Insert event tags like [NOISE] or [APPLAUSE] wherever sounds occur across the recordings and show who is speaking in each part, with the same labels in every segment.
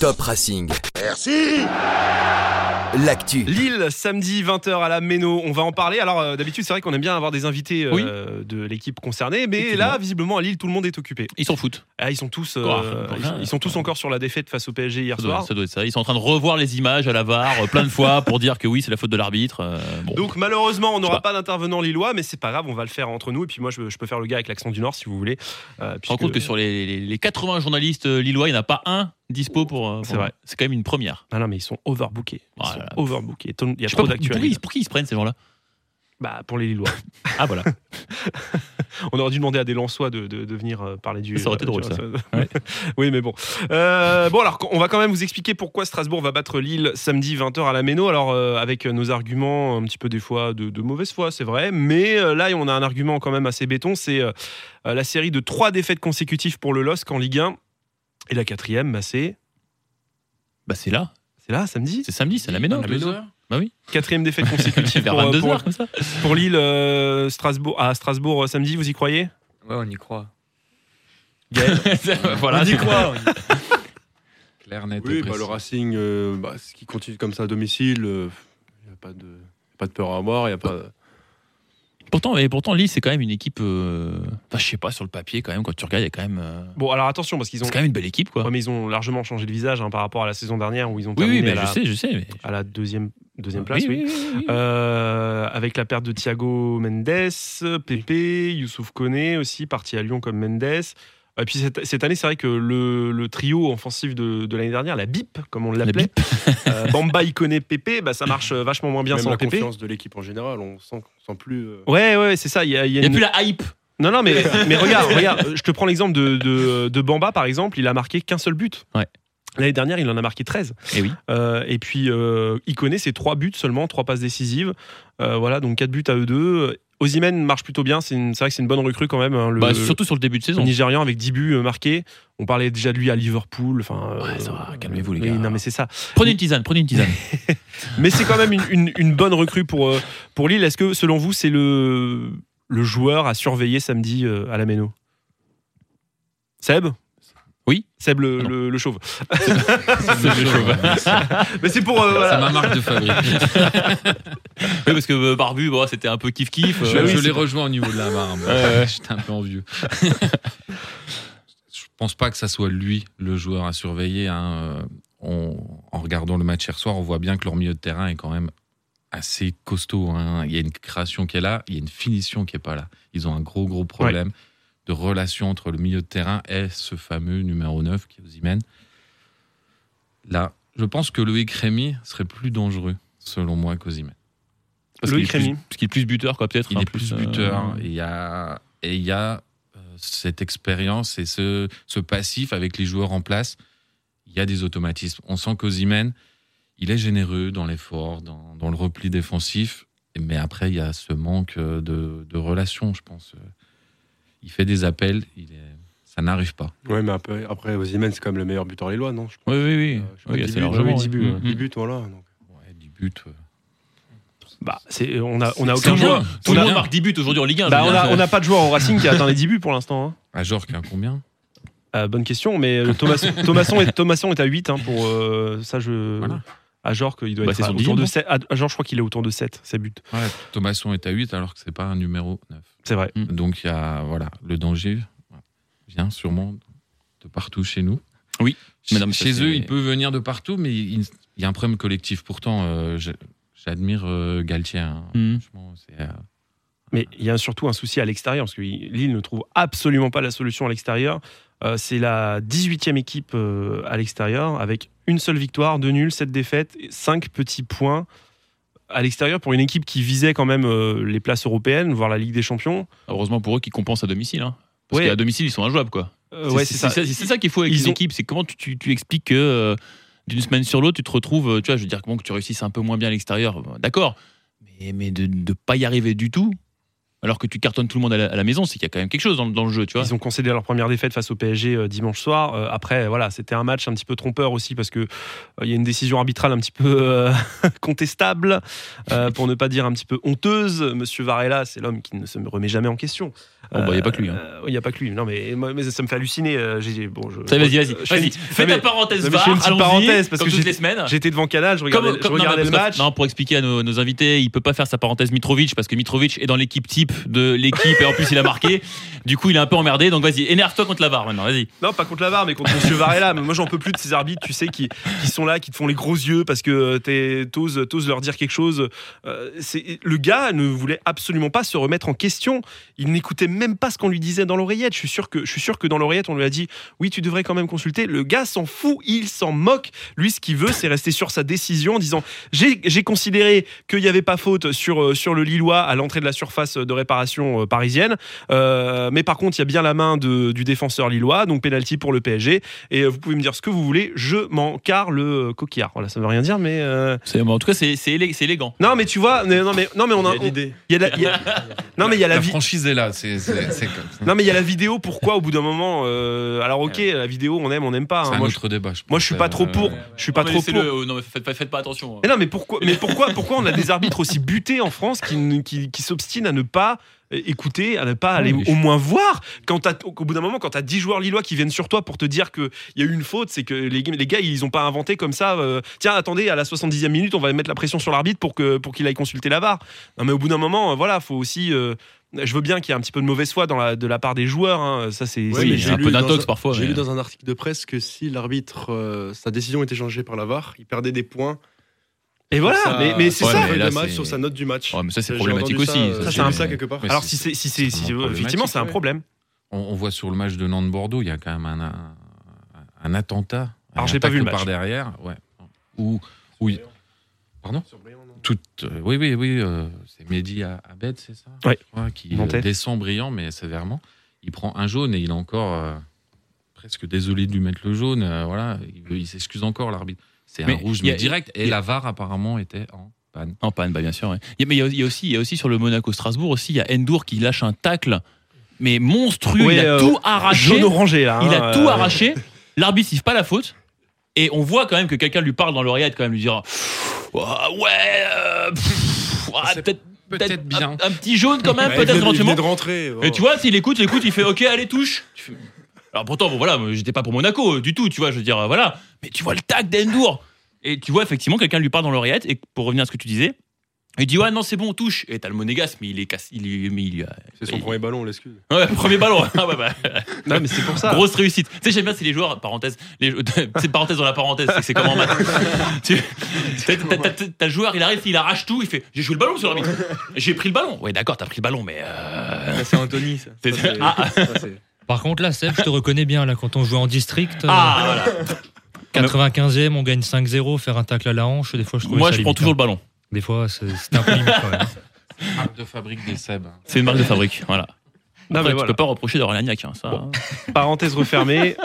Speaker 1: Top Racing.
Speaker 2: Merci
Speaker 1: L'actu.
Speaker 3: Lille, samedi 20h à la Méno. On va en parler. Alors, euh, d'habitude, c'est vrai qu'on aime bien avoir des invités euh, de l'équipe concernée, mais
Speaker 4: Effectivement.
Speaker 3: là, visiblement, à Lille, tout le monde est occupé.
Speaker 4: Ils s'en foutent.
Speaker 3: Ah, ils sont tous, euh,
Speaker 4: Oh,
Speaker 3: ils, ils sont tous encore sur la défaite face au PSG hier
Speaker 4: Ça doit,
Speaker 3: soir.
Speaker 4: ça doit être ça. Ils sont en train de revoir les images à la VAR euh, plein de fois pour dire que oui, c'est la faute de l'arbitre. euh, bon.
Speaker 3: Donc malheureusement, on n'aura
Speaker 4: sais
Speaker 3: pas, d'intervenant lillois, mais c'est pas grave, on va le faire entre nous. Et puis moi, je, je peux faire le gars avec l'accent du Nord si vous voulez. Euh,
Speaker 4: Tu te rends
Speaker 3: puisque-
Speaker 4: compte que sur les, les- les 80 journalistes euh, lillois, il n'y en a pas un dispo pour. euh,
Speaker 3: C'est
Speaker 4: pour-
Speaker 3: vrai.
Speaker 4: C'est quand même une première.
Speaker 3: Ah non, mais ils sont overbookés. Ils
Speaker 4: Ah
Speaker 3: sont
Speaker 4: là là.
Speaker 3: overbookés. Il y a
Speaker 4: Je sais
Speaker 3: trop
Speaker 4: pas pour- pour, qui,
Speaker 3: d'actualités.
Speaker 4: pour qui ils se prennent ces gens-là
Speaker 3: Bah, pour les Lillois.
Speaker 4: Ah
Speaker 3: [LAUGHS]
Speaker 4: voilà.
Speaker 3: On aurait dû demander à des Lensois de, de- de venir euh, parler du.
Speaker 4: Ça aurait été drôle, ça. Ouais.
Speaker 3: [LAUGHS] oui, mais bon. Euh, bon, alors, on va quand même vous expliquer pourquoi Strasbourg va battre Lille samedi 20h à la Méno. Alors, euh, avec nos arguments, un petit peu des fois de, de mauvaise foi, c'est vrai. Mais euh, là, on a un argument quand même assez béton c'est euh, euh, la série de trois défaites consécutives pour le LOSC en Ligue 1. Et la quatrième, bah, c'est.
Speaker 4: Bah c'est là.
Speaker 3: C'est là, samedi
Speaker 4: C'est samedi, c'est à la Méno. [LAUGHS]
Speaker 3: Quatrième défaite consécutive
Speaker 4: Vers
Speaker 3: pour, euh,
Speaker 4: 22
Speaker 3: pour, [LAUGHS]
Speaker 4: heures comme ça.
Speaker 3: pour Lille euh, Strasbourg, à Strasbourg euh, samedi, vous y croyez
Speaker 5: Ouais, on y croit.
Speaker 4: voilà. c'est-
Speaker 5: Claire, net et
Speaker 6: Oui, bah,
Speaker 5: précis.
Speaker 6: le Racing, euh, bah, ce qui continue comme ça à domicile, il n'y a pas de, y a pas de peur à avoir, il y a pas.
Speaker 4: Pourtant, mais pourtant Lille, c'est quand même une équipe. euh, Enfin, je sais pas, sur le papier, quand même, quand tu regardes, il y a quand même. euh,
Speaker 3: Bon, alors attention, parce qu'ils ont.
Speaker 4: C'est quand même une belle équipe, quoi.
Speaker 3: Ouais, mais ils ont largement changé de visage hein, par rapport à la saison dernière où ils ont
Speaker 4: oui,
Speaker 3: terminé
Speaker 4: oui, mais
Speaker 3: à, la,
Speaker 4: je sais, je sais. Mais...
Speaker 3: à la deuxième, deuxième place. Oui,
Speaker 4: oui.
Speaker 3: Euh, avec la perte de Thiago Mendes, Pepe, Youssouf Koné aussi, parti à Lyon comme Mendes. Et puis cette, cette année, c'est vrai que le, le trio offensif de, de l'année dernière, la BIP, comme on l'appelait, euh, Bamba, Iconé, Pepe, bah, ça marche euh, vachement moins bien
Speaker 6: même
Speaker 3: sans
Speaker 6: la
Speaker 3: Pepe.
Speaker 6: confiance de l'équipe en général, on sent, on sent plus. euh,
Speaker 3: Ouais, ouais, c'est ça. Il y a, il y a
Speaker 4: Il n'y a
Speaker 3: une-
Speaker 4: plus la
Speaker 3: [LAUGHS]
Speaker 4: hype.
Speaker 3: Non, non, mais, mais regarde, regarde, euh, je te prends l'exemple de, de, de Bamba, par exemple, il a marqué qu'un seul but.
Speaker 4: Ouais.
Speaker 3: L'année dernière, il en a marqué 13.
Speaker 4: Eh oui.
Speaker 3: Euh, et puis, euh, il connaît ses trois buts seulement, trois passes décisives. Euh, voilà, donc quatre buts à eux deux. Ozymen marche plutôt bien, c'est une- c'est vrai que c'est une bonne recrue quand même. hein, le,
Speaker 4: Bah, surtout sur le début de
Speaker 3: le
Speaker 4: saison.
Speaker 3: Nigérian avec 10 buts euh, marqués. On parlait déjà de lui à Liverpool. Enfin, euh,
Speaker 4: Ouais, ça va, calmez-vous, les
Speaker 3: oui,
Speaker 4: gars.
Speaker 3: Non, mais c'est ça.
Speaker 4: Prenez une tisane, prenez une tisane.
Speaker 3: Mais c'est quand même une, une- une bonne recrue pour, euh, pour Lille. Est-ce que, selon vous, c'est le, le joueur à surveiller samedi euh, à la Méno Seb
Speaker 4: Oui.
Speaker 3: Seb le,
Speaker 4: Ah non.
Speaker 3: le- le chauve.
Speaker 4: C'est chaud, ouais.
Speaker 6: [LAUGHS]
Speaker 3: Mais c'est pour. euh, voilà.
Speaker 5: C'est ma marque de fabrique.
Speaker 4: [LAUGHS] Oui, parce que euh, Barbu, bon, c'était un peu kiff-kiff.
Speaker 5: je
Speaker 4: euh,
Speaker 5: je les rejoins au niveau de la marque. [LAUGHS] J'étais un peu envieux. je pense pas que ça soit lui le joueur à surveiller. hein. Euh, on- en regardant le match hier soir, on voit bien que leur milieu de terrain est quand même assez costaud. hein. Il y a une création qui est là, il y a une finition qui est pas là. Ils ont un gros gros problème de relation entre le milieu de terrain et ce fameux numéro 9 qui est Osimhen. Là, je pense que Loïc Rémy serait plus dangereux selon moi qu'Osimhen.
Speaker 4: parce
Speaker 3: Loïc
Speaker 4: qu'il est
Speaker 3: Rémy.
Speaker 4: plus- Parce qu'il est plus buteur, quoi, peut-être.
Speaker 5: Il
Speaker 4: hein,
Speaker 5: est plus
Speaker 4: euh,
Speaker 5: buteur. et Il y a, et il y a euh, cette expérience et ce, ce passif avec les joueurs en place. Il y a des automatismes. On sent qu'Ozimène, il est généreux dans l'effort, dans, dans le repli défensif. Mais après, il y a ce manque euh, de, de relation, je pense. Euh, Il fait des appels, il est- ça n'arrive pas.
Speaker 6: Ouais, mais après, après Ozyman, c'est quand même le meilleur buteur lillois, non je
Speaker 4: Oui, oui, oui.
Speaker 6: Euh, je sais pas,
Speaker 4: Oui,
Speaker 6: 10
Speaker 4: assez
Speaker 6: buts,
Speaker 4: largement.
Speaker 3: ouais, 10
Speaker 4: ouais.
Speaker 3: buts, ouais.
Speaker 4: Mm,
Speaker 6: Les
Speaker 4: mm.
Speaker 6: buts, voilà. donc.
Speaker 5: Ouais, du but. euh,
Speaker 3: Bah, c'est- on a, on a aucun
Speaker 5: C'est
Speaker 4: Tout le
Speaker 3: joueur.
Speaker 4: monde- Tout le
Speaker 3: on a-
Speaker 4: monde marque 10 buts aujourd'hui en
Speaker 3: [LAUGHS]
Speaker 4: Ligue 1.
Speaker 3: Bah, on a- on n'a pas de joueur au Racing qui a atteint les 10 buts pour l'instant. hein.
Speaker 5: À Jorque, hein, combien
Speaker 3: Euh, bonne question, mais euh, [LAUGHS] Thomas, Thomasson, est, Thomasson est à 8 hein, pour euh, ça. Je,
Speaker 5: Voilà.
Speaker 3: À Jorque, il doit
Speaker 4: Bah,
Speaker 3: être
Speaker 4: c'est
Speaker 3: à-
Speaker 4: son
Speaker 3: autour
Speaker 4: dixième,
Speaker 3: de
Speaker 4: non
Speaker 3: 7. À, à Jorque, je crois qu'il est autour de 7, ses buts.
Speaker 5: Ouais, Thomasson est à 8 alors que c'est pas un numéro 9.
Speaker 3: C'est vrai.
Speaker 4: Mm.
Speaker 5: Donc il y a voilà, le danger vient sûrement de partout chez nous.
Speaker 4: Oui.
Speaker 5: Chez,
Speaker 4: Mais non, mais ça,
Speaker 5: chez
Speaker 4: c'est-
Speaker 5: eux, il peut venir de partout, mais il, il y a un problème collectif. Pourtant, euh, j'a- j'admire euh, Galtier. hein.
Speaker 4: Mm.
Speaker 5: Franchement, c'est, euh,
Speaker 3: Mais il y a surtout un souci à l'extérieur, parce que Lille ne trouve absolument pas la solution à l'extérieur. Euh, c'est la 18e équipe euh, à l'extérieur, avec une seule victoire, deux nuls, sept défaites, et cinq petits points à l'extérieur pour une équipe qui visait quand même euh, les places européennes, voire la Ligue des Champions.
Speaker 4: Heureusement pour eux qu'ils compensent à domicile. hein. Parce
Speaker 3: Ouais.
Speaker 4: qu'à domicile, ils sont injouables, quoi.
Speaker 3: Euh, ouais, c'est ça.
Speaker 4: C'est c'est ça qu'il faut avec
Speaker 3: Ils
Speaker 4: une
Speaker 3: ont-
Speaker 4: équipe. C'est comment tu, tu- tu expliques que euh, d'une semaine sur l'autre, tu te retrouves, euh, tu vois, je veux euh, dire, bon, que tu réussisses un peu moins bien à l'extérieur, bon, d'accord. Mais, mais de ne pas y arriver du tout, alors que tu cartonnes tout le monde à la, à la maison, c'est qu'il y a quand même quelque chose dans, le- dans le jeu, tu vois.
Speaker 3: Ils ont concédé leur première défaite face au PSG euh, dimanche soir. Euh, après, voilà, c'était un match un petit peu trompeur aussi parce que euh, il y a une décision arbitrale un petit peu euh, [LAUGHS] contestable, euh, pour ne pas dire un petit peu honteuse. Monsieur Varela, c'est l'homme qui ne se remet jamais en question.
Speaker 4: Bon, bah, il y a pas que lui, hein.
Speaker 3: Euh, Il n'y a pas que lui. Non, mais, moi, mais ça me fait halluciner. euh, j'ai- bon, je-
Speaker 4: Ça, vas-y, vas-y.
Speaker 3: Euh, je finis.
Speaker 4: Vas-y, fais
Speaker 3: Non,
Speaker 4: ta
Speaker 3: mais
Speaker 4: parenthèse.
Speaker 3: non, mais je
Speaker 4: VAR,
Speaker 3: fais une petite
Speaker 4: allons-y,
Speaker 3: parenthèse, parce
Speaker 4: comme
Speaker 3: que
Speaker 4: toutes
Speaker 3: j'ai-
Speaker 4: les semaines.
Speaker 3: J'étais devant Canal, je regardais, je
Speaker 4: non, mais
Speaker 3: regardais le
Speaker 4: parce que-
Speaker 3: match.
Speaker 4: Non, pour expliquer à nos, nos invités, il peut pas faire sa parenthèse Mitrovic parce que Mitrovic est dans l'équipe type de l'équipe et en plus il
Speaker 3: [LAUGHS]
Speaker 4: a marqué. Du coup, il est un peu emmerdé. Donc vas-y, énerve-toi contre la VAR maintenant. Vas-y.
Speaker 3: Non, pas contre la VAR, mais contre Monsieur Varela. Mais moi, j'en peux plus de ces arbitres, tu sais, qui, qui sont là, qui te font les gros yeux parce que euh, t'es- t'oses t'oses leur dire quelque chose. Euh, c'est- le gars ne voulait absolument pas se remettre en question. Il n'écoutait même pas ce qu'on lui disait dans l'oreillette. Je suis sûr que, je suis sûr que dans l'oreillette, on lui a dit oui, tu devrais quand même consulter. Le gars s'en fout, il s'en moque. Lui, ce qu'il veut, c'est rester sur sa décision en disant j'ai j'ai considéré qu'il n'y avait pas faute sur, euh, sur le Lillois à l'entrée de la surface de réparation euh, parisienne. Euh, mais par contre, il y a bien la main de- du défenseur lillois, donc penalty pour le PSG. Et euh, vous pouvez me dire ce que vous voulez, je m'en carre le euh, coquillard. Voilà, ça veut rien dire, mais. euh,
Speaker 4: C'est- bon, en tout cas, c'est c'est élé- c'est élégant.
Speaker 3: Non, mais tu vois, mais- non, mais, non, mais on a. on-
Speaker 6: l'idée.
Speaker 3: il y a la- il y
Speaker 5: [LAUGHS]
Speaker 3: a- Non, mais il y a la,
Speaker 5: La
Speaker 3: vie.
Speaker 5: franchise est là. C'est c'est- c'est comme- c'est
Speaker 3: Non mais il y a la vidéo, pourquoi au bout d'un moment euh, Alors ok, la vidéo on aime, on n'aime pas. hein.
Speaker 5: un
Speaker 3: Moi, je,
Speaker 5: autre débat. euh,
Speaker 3: moi je suis pas trop pour, je suis pas trop pour.
Speaker 4: non, mais faites, pas attention. euh.
Speaker 3: Mais non mais pourquoi, mais pourquoi, pourquoi on a des arbitres aussi butés en France qui, ne- qui, qui s'obstinent à ne pas euh, écouter, à ne
Speaker 4: Ah,
Speaker 3: pas aller
Speaker 5: mais
Speaker 3: au moins voir quand t'as- au bout d'un moment quand t'as 10 joueurs lillois qui viennent sur toi pour te dire qu'il y a eu une faute, c'est que les, les gars ils ont pas inventé comme ça. euh, Tiens attendez à la 70e minute on va mettre la pression sur l'arbitre pour que pour qu'il aille consulter la VAR. Non mais au bout d'un moment euh, voilà faut aussi euh, je veux bien qu'il y ait un petit peu de mauvaise foi dans la, de la part des joueurs, hein, ça c'est
Speaker 4: Oui,
Speaker 3: c'est-
Speaker 4: mais j'ai un peu d'intox
Speaker 6: d'intox
Speaker 4: parfois,
Speaker 6: J'ai
Speaker 4: mais-
Speaker 6: lu dans un article de presse que si l'arbitre, euh, sa décision était changée par la VAR, il perdait des points.
Speaker 3: Et voilà,
Speaker 6: sur sa-
Speaker 3: mais, mais c'est
Speaker 4: Ouais,
Speaker 3: ça.
Speaker 6: Sur,
Speaker 4: mais
Speaker 6: le
Speaker 4: là,
Speaker 6: match,
Speaker 4: c'est-
Speaker 6: sur sa note du match.
Speaker 4: Ouais, mais ça c'est
Speaker 6: J'ai
Speaker 4: problématique
Speaker 6: entendu
Speaker 4: aussi.
Speaker 6: Ça, euh,
Speaker 3: Ça,
Speaker 6: j'ai
Speaker 3: c'est un
Speaker 6: lu ça
Speaker 5: mais-
Speaker 6: quelque part.
Speaker 5: mais
Speaker 3: Alors
Speaker 5: c'est-
Speaker 3: si c'est si c'est
Speaker 5: c'est
Speaker 3: si-
Speaker 5: vraiment problématique,
Speaker 3: effectivement c'est un
Speaker 6: ouais.
Speaker 3: problème.
Speaker 5: On, on voit sur le match de Nantes-Bordeaux, il y a quand même un, un, un attentat.
Speaker 3: Alors,
Speaker 5: un
Speaker 3: j'ai pas
Speaker 5: attaque
Speaker 3: vu le
Speaker 5: par
Speaker 3: match.
Speaker 5: derrière, ouais. Où, où il- Pardon tout, euh, oui, oui, oui, euh, c'est Mehdi A- Abed, c'est ça
Speaker 3: Ouais.
Speaker 5: Je crois, qui euh,
Speaker 3: Nantais.
Speaker 5: descend brillant, mais sévèrement. Il prend un jaune et il est encore euh, presque désolé de lui mettre le jaune. euh, voilà, il, veut- il s'excuse encore, l'arbitre. C'est
Speaker 4: Mais
Speaker 5: un rouge,
Speaker 4: il y a-
Speaker 5: mais direct. Et
Speaker 4: il y a-
Speaker 5: la VAR, apparemment, était en panne.
Speaker 4: En panne, bah bien sûr. ouais. Il y a- Mais il y a- il y, a aussi, il y a aussi sur le Monaco-Strasbourg aussi, il y a Endur qui lâche un tacle, mais monstrueux.
Speaker 3: Ouais,
Speaker 4: il a
Speaker 3: euh,
Speaker 4: tout arraché.
Speaker 3: Jaune orangé là.
Speaker 4: Il
Speaker 3: hein,
Speaker 4: a tout
Speaker 3: euh,
Speaker 4: arraché. L'arbitre siffle pas la faute. Et on voit quand même que quelqu'un lui parle dans l'oreillette, quand même, lui dire Ah, Ouais, euh, pff, ah,
Speaker 5: C'est
Speaker 4: peut-être
Speaker 5: peut-être
Speaker 4: peut-être
Speaker 5: bien.
Speaker 4: Un, un petit jaune quand même,
Speaker 6: Ouais,
Speaker 4: peut-être
Speaker 6: il venait- il venait
Speaker 4: éventuellement.
Speaker 6: de rentrer. oh,
Speaker 4: Et tu vois, s'il écoute, il écoute, il fait Ok, allez, touche. Tu fais- Alors pourtant, bon, voilà, moi, j'étais pas pour Monaco euh, du tout, tu vois, je veux dire, euh, voilà. Mais tu vois le tac d'Endour. Et tu vois, effectivement, quelqu'un lui parle dans l'oreillette. Et pour revenir à ce que tu disais, il dit Ouais, non, c'est bon, on touche. Et t'as le Monégas, mais il est cassé. Il, est- mais il lui a-
Speaker 6: C'est son
Speaker 4: il-
Speaker 6: premier ballon, on l'excuse.
Speaker 4: Ouais, premier ballon. [LAUGHS] Ah ouais, bah.
Speaker 3: Non mais c'est pour ça.
Speaker 4: Grosse réussite. Tu sais, j'aime bien, c'est les joueurs, parenthèse, les, [LAUGHS] c'est parenthèse dans la parenthèse, c'est que c'est comme en maths. [LAUGHS] Tu- t'as- t'as- t'as- t'as- T'as le joueur, il arrive, il arrache tout, il fait J'ai joué le ballon sur l'arbitre. J'ai pris le ballon. Ouais, d'accord, t'as pris le ballon, mais. euh,
Speaker 6: C'est Anthony, ça.
Speaker 4: t'es- ah, ah,
Speaker 2: Par contre, là, Seb, je te reconnais bien. Là, quand on joue en district, euh,
Speaker 4: ah, voilà.
Speaker 2: 95e, on gagne 5-0, faire un tacle à la hanche, des fois, je trouve
Speaker 4: Moi,
Speaker 2: ça
Speaker 4: je prends
Speaker 2: limite,
Speaker 4: toujours le
Speaker 2: hein.
Speaker 4: ballon.
Speaker 2: Des fois, c'est c'est un peu limite
Speaker 4: [LAUGHS]
Speaker 2: quand même.
Speaker 5: Marque Ah, de fabrique des Seb.
Speaker 4: C'est une marque de fabrique. Voilà.
Speaker 3: Non, mais
Speaker 4: Après, tu
Speaker 3: voilà.
Speaker 4: peux pas reprocher d'avoir l'agnac. Hein, ça.
Speaker 3: Parenthèse [LAUGHS] refermée.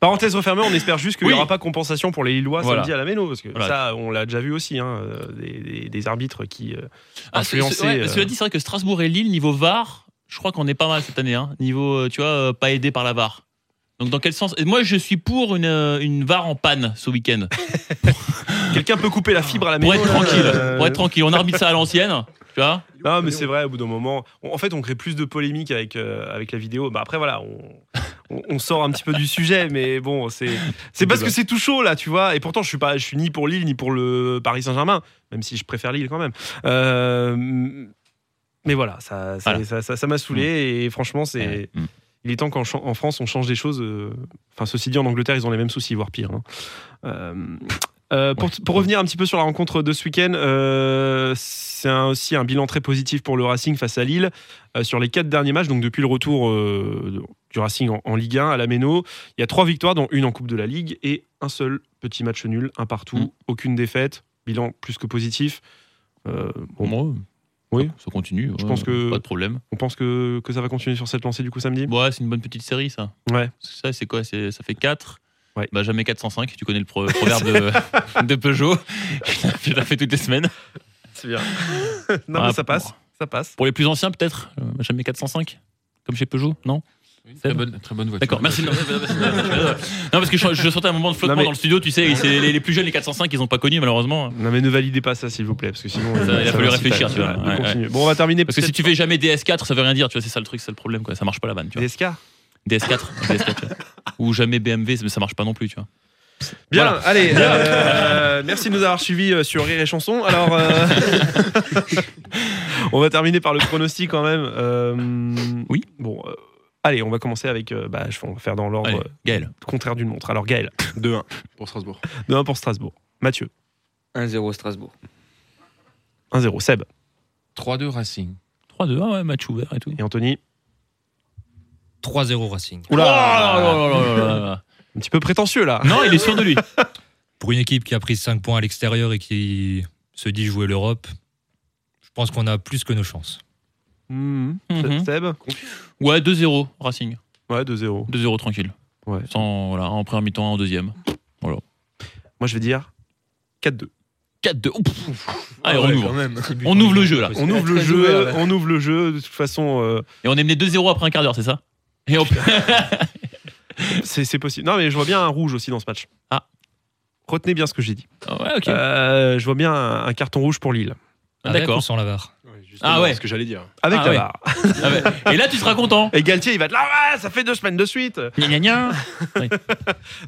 Speaker 3: Parenthèse refermée, on espère juste qu'il n'y
Speaker 4: Oui.
Speaker 3: aura pas compensation pour les Lillois
Speaker 4: Voilà.
Speaker 3: samedi à la Méno, parce que
Speaker 4: Voilà.
Speaker 3: ça, on l'a déjà vu aussi, hein, euh, des, des- des arbitres qui euh,
Speaker 4: Ah, c'est-
Speaker 3: influencer,
Speaker 4: c'est- ouais,
Speaker 3: euh,
Speaker 4: Cela dit, c'est vrai que Strasbourg et Lille, niveau VAR, je crois qu'on est pas mal cette année. hein. Niveau, euh, tu vois, euh, pas aidé par la VAR. Donc, dans quel sens Et Moi, je suis pour une, euh, une VAR en panne ce week-end.
Speaker 3: Ah, Quelqu'un peut couper la fibre à la Méno.
Speaker 4: Pour être
Speaker 3: là,
Speaker 4: tranquille,
Speaker 3: euh,
Speaker 4: pour être tranquille, on arbitre ça à l'ancienne, tu vois.
Speaker 3: Non, mais c'est vrai, au bout d'un moment. on- en fait, on crée plus de polémiques avec, euh, avec la vidéo. Bah, après, voilà, on, on- on sort un petit peu du sujet, mais bon, [LAUGHS] c'est c'est parce que c'est tout chaud, là, tu vois. Et pourtant, je suis, pas, je suis ni pour Lille, ni pour le Paris Saint-Germain, même si je préfère Lille quand même. Euh, mais voilà, ça ça-
Speaker 4: Voilà.
Speaker 3: ça- ça- ça m'a saoulé, et franchement, c'est.
Speaker 4: Mm.
Speaker 3: Il est temps qu'en chan- en France, on change des choses. euh, Enfin, ceci dit, en Angleterre, ils ont les mêmes soucis, voire pire. hein. Euh, euh, pour, pour revenir un petit peu sur la rencontre de ce week-end, euh, c'est un- aussi un bilan très positif pour le Racing face à Lille. Euh, sur les quatre derniers matchs, donc depuis le retour euh, du Racing en, en Ligue 1 à la Méno, il y a trois victoires, dont une en Coupe de la Ligue et un seul petit match nul, un partout,
Speaker 4: Mm.
Speaker 3: aucune défaite, bilan plus que positif. Euh, bon,
Speaker 4: moi,
Speaker 3: Oui.
Speaker 4: ça continue.
Speaker 3: Je
Speaker 4: ouais,
Speaker 3: pense que-
Speaker 4: pas de problème.
Speaker 3: on pense que, que ça va continuer sur cette lancée du coup samedi
Speaker 4: Ouais, c'est une bonne petite série ça.
Speaker 3: Ouais.
Speaker 4: Parce que Ça, c'est quoi C'est- Ça fait 4
Speaker 3: Ouais.
Speaker 4: Bah jamais 405, tu connais le pro- proverbe
Speaker 3: [LAUGHS]
Speaker 4: [LAUGHS] de, de Peugeot. Je la fais toutes les semaines.
Speaker 3: C'est bien. non, mais
Speaker 4: Ah,
Speaker 3: ça passe. Ça passe.
Speaker 4: Pour les plus anciens, peut-être euh, Jamais 405 Comme chez Peugeot Non
Speaker 5: Très bonne, très bonne voiture.
Speaker 4: D'accord, merci. Non, non, parce que je, je sentais un moment de flottement
Speaker 3: Non, mais-
Speaker 4: dans le studio,
Speaker 3: [LAUGHS]
Speaker 4: tu sais, et c'est les, les plus jeunes, les 405, ils n'ont pas connu malheureusement.
Speaker 3: Non, mais ne validez pas ça, s'il vous plaît, parce que sinon.
Speaker 4: Ça, il a
Speaker 3: ça
Speaker 4: fallu
Speaker 3: va
Speaker 4: réfléchir,
Speaker 3: s'étaler.
Speaker 4: tu vois.
Speaker 3: Ouais,
Speaker 4: Ouais,
Speaker 3: on continue. Bon, on va terminer.
Speaker 4: Parce que si
Speaker 3: peut-être
Speaker 4: tu fais jamais DS4, ça veut rien dire, tu vois, c'est ça le truc, c'est le problème, quoi. Ça marche pas la vanne, tu vois.
Speaker 3: DSK.
Speaker 4: DS4, DS4 tu vois. Ou jamais BMW, mais ça marche pas non plus, tu vois.
Speaker 3: Bien,
Speaker 4: Voilà.
Speaker 3: allez, euh, merci de nous avoir suivis euh, sur Rire et Chanson. Alors, euh, [LAUGHS] on va terminer par le pronostic quand même. Euh,
Speaker 4: Oui.
Speaker 3: Bon, euh, allez, on va commencer avec. euh, bah, je on va faire dans l'ordre
Speaker 4: Allez,
Speaker 3: euh,
Speaker 4: Gaël.
Speaker 3: contraire d'une montre. Alors, Gaël,
Speaker 6: 2-1 pour Strasbourg.
Speaker 3: 2-1 pour Strasbourg. Mathieu,
Speaker 7: 1-0 Strasbourg.
Speaker 3: 1-0. Seb
Speaker 5: 3-2 Racing.
Speaker 4: 3-2, ah ouais, match ouvert et tout.
Speaker 3: et Anthony.
Speaker 2: 3-0 Racing.
Speaker 4: Oula là là là là là là.
Speaker 3: Un petit peu prétentieux là.
Speaker 4: Non, il est sûr de lui.
Speaker 2: Pour une équipe qui a pris 5 points à l'extérieur et qui se dit jouer l'Europe, je pense qu'on a plus que nos chances.
Speaker 3: Mhm.
Speaker 4: Mhm.
Speaker 3: Seb
Speaker 4: [LAUGHS] Ouais, 2-0 Racing.
Speaker 3: Ouais, 2-0.
Speaker 4: 2-0 tranquille.
Speaker 3: Ouais.
Speaker 4: Sans, voilà, en première mi-temps, en deuxième.
Speaker 3: Moi, je vais dire 4-2.
Speaker 4: 4-2. Oh, pff, pff. Allez, on ouvre.
Speaker 6: même.
Speaker 4: On ouvre le jeu là.
Speaker 3: On ouvre le
Speaker 6: très
Speaker 3: jeu,
Speaker 6: ouvert, là.
Speaker 3: on ouvre le jeu. De toute façon, euh,
Speaker 4: Et on est mené 2-0 après un quart d'heure, c'est ça Et hop.
Speaker 3: c'est c'est possible. Non, mais je vois bien un rouge aussi dans ce match.
Speaker 4: Ah.
Speaker 3: Retenez bien ce que j'ai dit.
Speaker 4: [LAUGHS] Ouais, ok.
Speaker 3: Euh, je vois bien un, un carton rouge pour Lille.
Speaker 4: Ah,
Speaker 2: Avec
Speaker 4: D'accord.
Speaker 2: ou sans la VAR
Speaker 4: Ah ouais.
Speaker 6: C'est ce que j'allais dire.
Speaker 3: Avec
Speaker 4: Ah
Speaker 3: la
Speaker 4: ouais.
Speaker 3: barre.
Speaker 4: Ah ouais. Et là, tu seras content.
Speaker 3: Et Galtier, il va être là, ouais, ça fait deux semaines de suite.
Speaker 4: Gna, gna, gna.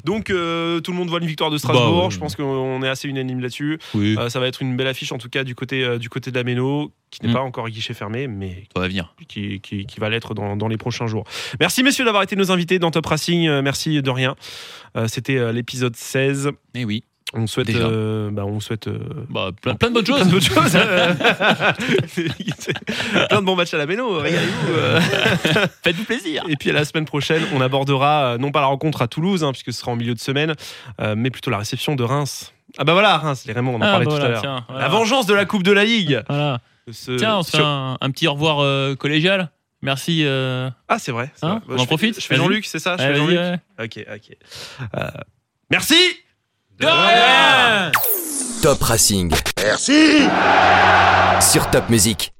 Speaker 3: Donc, euh, tout le monde voit une victoire de Strasbourg.
Speaker 4: Bah ouais.
Speaker 3: Je pense qu'on est assez unanime là-dessus.
Speaker 4: Oui, Bah,
Speaker 3: Euh, ça va être une belle affiche, en tout cas, du côté, euh, du côté de la Méno, qui n'est
Speaker 4: Mm.
Speaker 3: pas encore guichet fermé, mais
Speaker 4: ça va venir.
Speaker 3: qui, qui- qui va l'être dans, dans les prochains jours. Merci, messieurs, d'avoir été nos invités dans Top Racing. Euh, Merci de rien. Euh, C'était euh, l'épisode 16.
Speaker 4: Eh oui.
Speaker 3: On souhaite.
Speaker 4: Déjà.
Speaker 3: euh, bah, on souhaite. euh,
Speaker 4: Bah, plein, plein de bonnes choses.
Speaker 3: Plein de bonnes choses. Euh, [LAUGHS] plein de bons matchs à la Méno, régalez-vous. euh.
Speaker 4: Faites-vous plaisir.
Speaker 3: Et puis à la semaine prochaine, on abordera euh, non pas la rencontre à Toulouse, hein, puisque ce sera en milieu de semaine, euh, mais plutôt la réception de Reims. Ah bah voilà, Reims, les Raymond, on en parlait tout à l'heure.
Speaker 4: tiens, Ah bah voilà.
Speaker 3: La vengeance de la Coupe de la Ligue.
Speaker 4: Voilà.
Speaker 3: Ce-
Speaker 4: Tiens, on se fait
Speaker 3: sur-
Speaker 4: un, un petit au revoir euh, collégial. Merci. euh,
Speaker 3: Ah c'est vrai. c'est
Speaker 4: Hein
Speaker 3: vrai.
Speaker 4: On en
Speaker 3: je fais-
Speaker 4: profite
Speaker 3: Je fais
Speaker 4: Vas-y.
Speaker 3: Jean-Luc, c'est ça Ah, Je
Speaker 4: ouais,
Speaker 3: fais
Speaker 4: vas-y,
Speaker 3: Jean-Luc.
Speaker 4: ouais.
Speaker 3: Ok, ok. Euh, merci.
Speaker 4: De rien
Speaker 1: Top Racing. Merci. Sur Top Music.